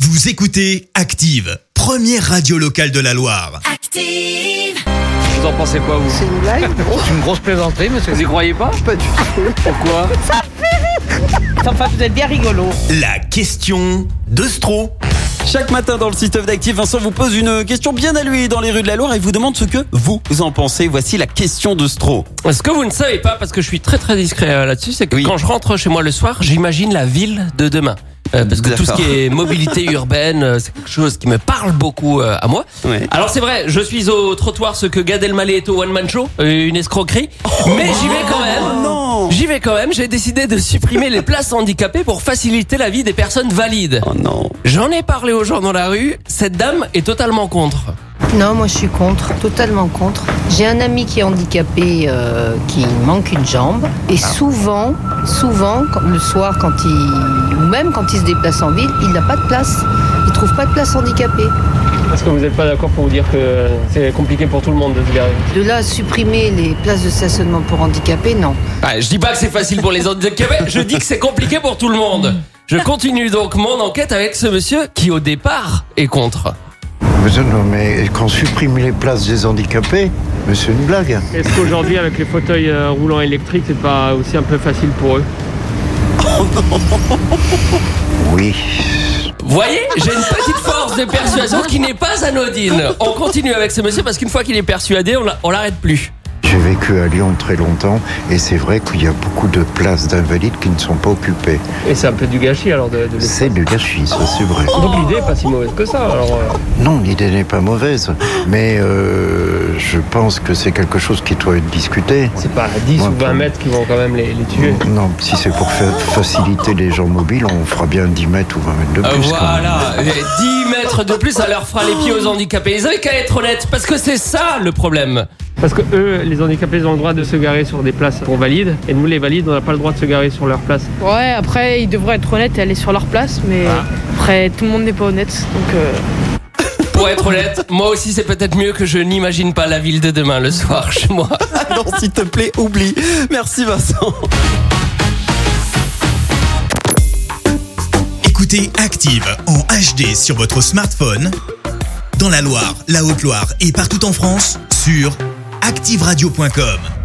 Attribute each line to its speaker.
Speaker 1: Vous écoutez Active, première radio locale de la Loire.
Speaker 2: Active.
Speaker 3: Vous en pensez quoi, vous
Speaker 4: C'est une blague
Speaker 3: C'est une grosse plaisanterie, monsieur. Vous y croyez pas
Speaker 4: Pas du tout.
Speaker 3: Pourquoi
Speaker 4: Enfin, vous êtes bien rigolo.
Speaker 1: La question de Stro.
Speaker 5: Chaque matin dans le système d'Active, Vincent vous pose une question bien à lui dans les rues de la Loire et vous demande ce que vous en pensez. Voici la question de Stro.
Speaker 3: Ce que vous ne savez pas, parce que je suis très très discret euh, là-dessus, c'est que
Speaker 5: Oui.
Speaker 3: quand je rentre chez moi le soir, j'imagine la ville de demain. Euh, parce que tout ce
Speaker 5: D'accord.
Speaker 3: qui est mobilité urbaine, euh, c'est quelque chose qui me parle beaucoup euh, à moi.
Speaker 5: Ouais.
Speaker 3: Alors c'est vrai, je suis au trottoir ce que Gad Elmaleh est au One Man Show, euh, une escroquerie, mais j'y vais quand même.
Speaker 5: Oh, non.
Speaker 3: J'y vais quand même, j'ai décidé de supprimer les places handicapées pour faciliter la vie des personnes valides.
Speaker 5: Oh non.
Speaker 3: J'en ai parlé aux gens dans la rue, cette dame est totalement contre.
Speaker 6: Non, moi je suis contre, totalement contre. J'ai un ami qui est handicapé, euh, qui manque une jambe, et souvent, souvent, quand- le soir, quand il, ou même quand il se déplace en ville, il n'a pas de place. Il trouve pas de place handicapée.
Speaker 7: Est-ce que vous n'êtes pas d'accord pour vous dire que c'est compliqué pour tout le monde de se garer
Speaker 6: De là à supprimer les places de stationnement pour handicapés, non.
Speaker 3: Bah, je dis pas que c'est facile pour les handicapés, je dis que c'est compliqué pour tout le monde. Je continue donc mon enquête avec ce monsieur qui au départ est contre.
Speaker 8: Monsieur, non, mais quand on supprime les places des handicapés, mais c'est une blague.
Speaker 7: Est-ce qu'aujourd'hui, avec les fauteuils euh, roulants électriques, c'est pas aussi un peu facile pour eux
Speaker 8: Oui.
Speaker 3: Voyez, j'ai une petite force de persuasion qui n'est pas anodine. On continue avec ce monsieur parce qu'une fois qu'il est persuadé, on l'a- on l'arrête plus.
Speaker 8: J'ai vécu à Lyon très longtemps et c'est vrai qu'il y a beaucoup de places d'invalides qui ne sont pas occupées.
Speaker 7: Et c'est un peu du gâchis alors de, de laisser-
Speaker 8: C'est du gâchis, ça c'est vrai.
Speaker 7: Donc l'idée n'est pas si mauvaise que ça. Alors, euh,
Speaker 8: Non, l'idée n'est pas mauvaise, mais euh, je pense que c'est quelque chose qui doit être discuté.
Speaker 7: c'est pas 10 ou 20 mètres qui vont quand même les, les tuer.
Speaker 8: Non, si c'est pour faire faciliter les gens mobiles, on fera bien 10 mètres ou 20 mètres de
Speaker 3: Euh,
Speaker 8: plus. quand même.
Speaker 3: voilà, Et 10 mètres de plus, ça leur fera les pieds aux handicapés. Ils avaient qu'à être honnêtes parce que c'est ça le problème.
Speaker 7: Parce que eux, les handicapés, ils ont le droit de se garer sur des places pour valides. Et nous, les valides, on n'a pas le droit de se garer sur leur place.
Speaker 9: Ouais, après, ils devraient être honnêtes et aller sur leur place, mais après, tout le monde n'est pas honnête. Donc, euh,
Speaker 3: Pour être honnête, moi aussi c'est peut-être mieux que je n'imagine pas la ville de demain le soir chez moi.
Speaker 5: non, s'il te plaît, oublie. Merci Vincent.
Speaker 1: Écoutez Active en HD sur votre smartphone, dans la Loire, la Haute-Loire et partout en France, sur activeradio.com.